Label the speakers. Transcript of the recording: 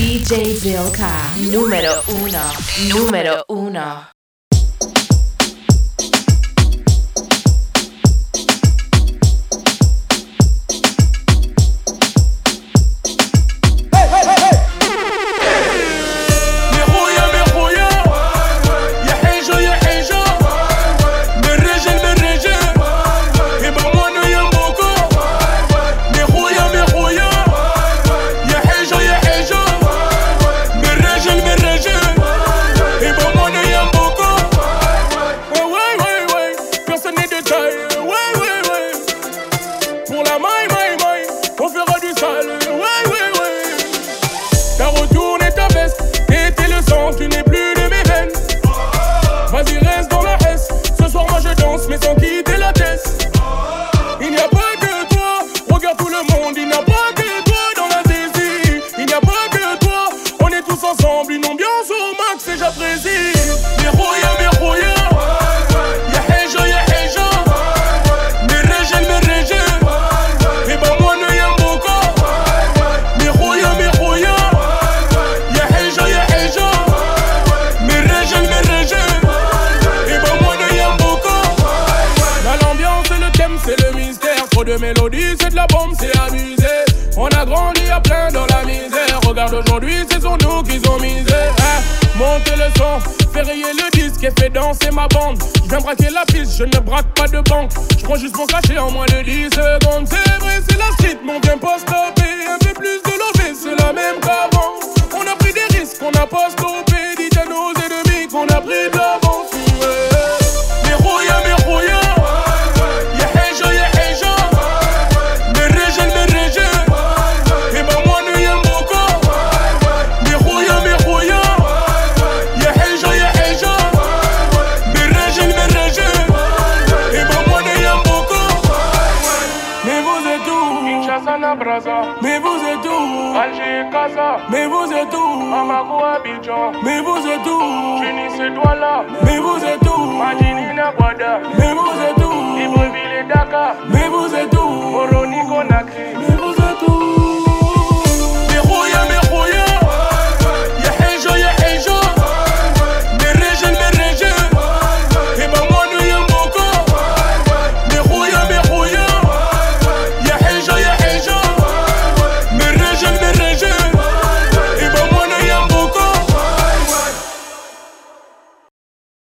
Speaker 1: DJ Zilka, número uno, número uno.
Speaker 2: E E ben, Hein, Mais vous êtes où
Speaker 3: Alger, Casa.
Speaker 2: Mais vous êtes où
Speaker 3: Bamako, Abidjan.
Speaker 2: Mais vous êtes où
Speaker 3: Tunis et Douala.
Speaker 2: Mais vous êtes où
Speaker 3: Madinina, Guada.
Speaker 2: Mais vous êtes où
Speaker 3: Libreville et Dakar.
Speaker 2: Mais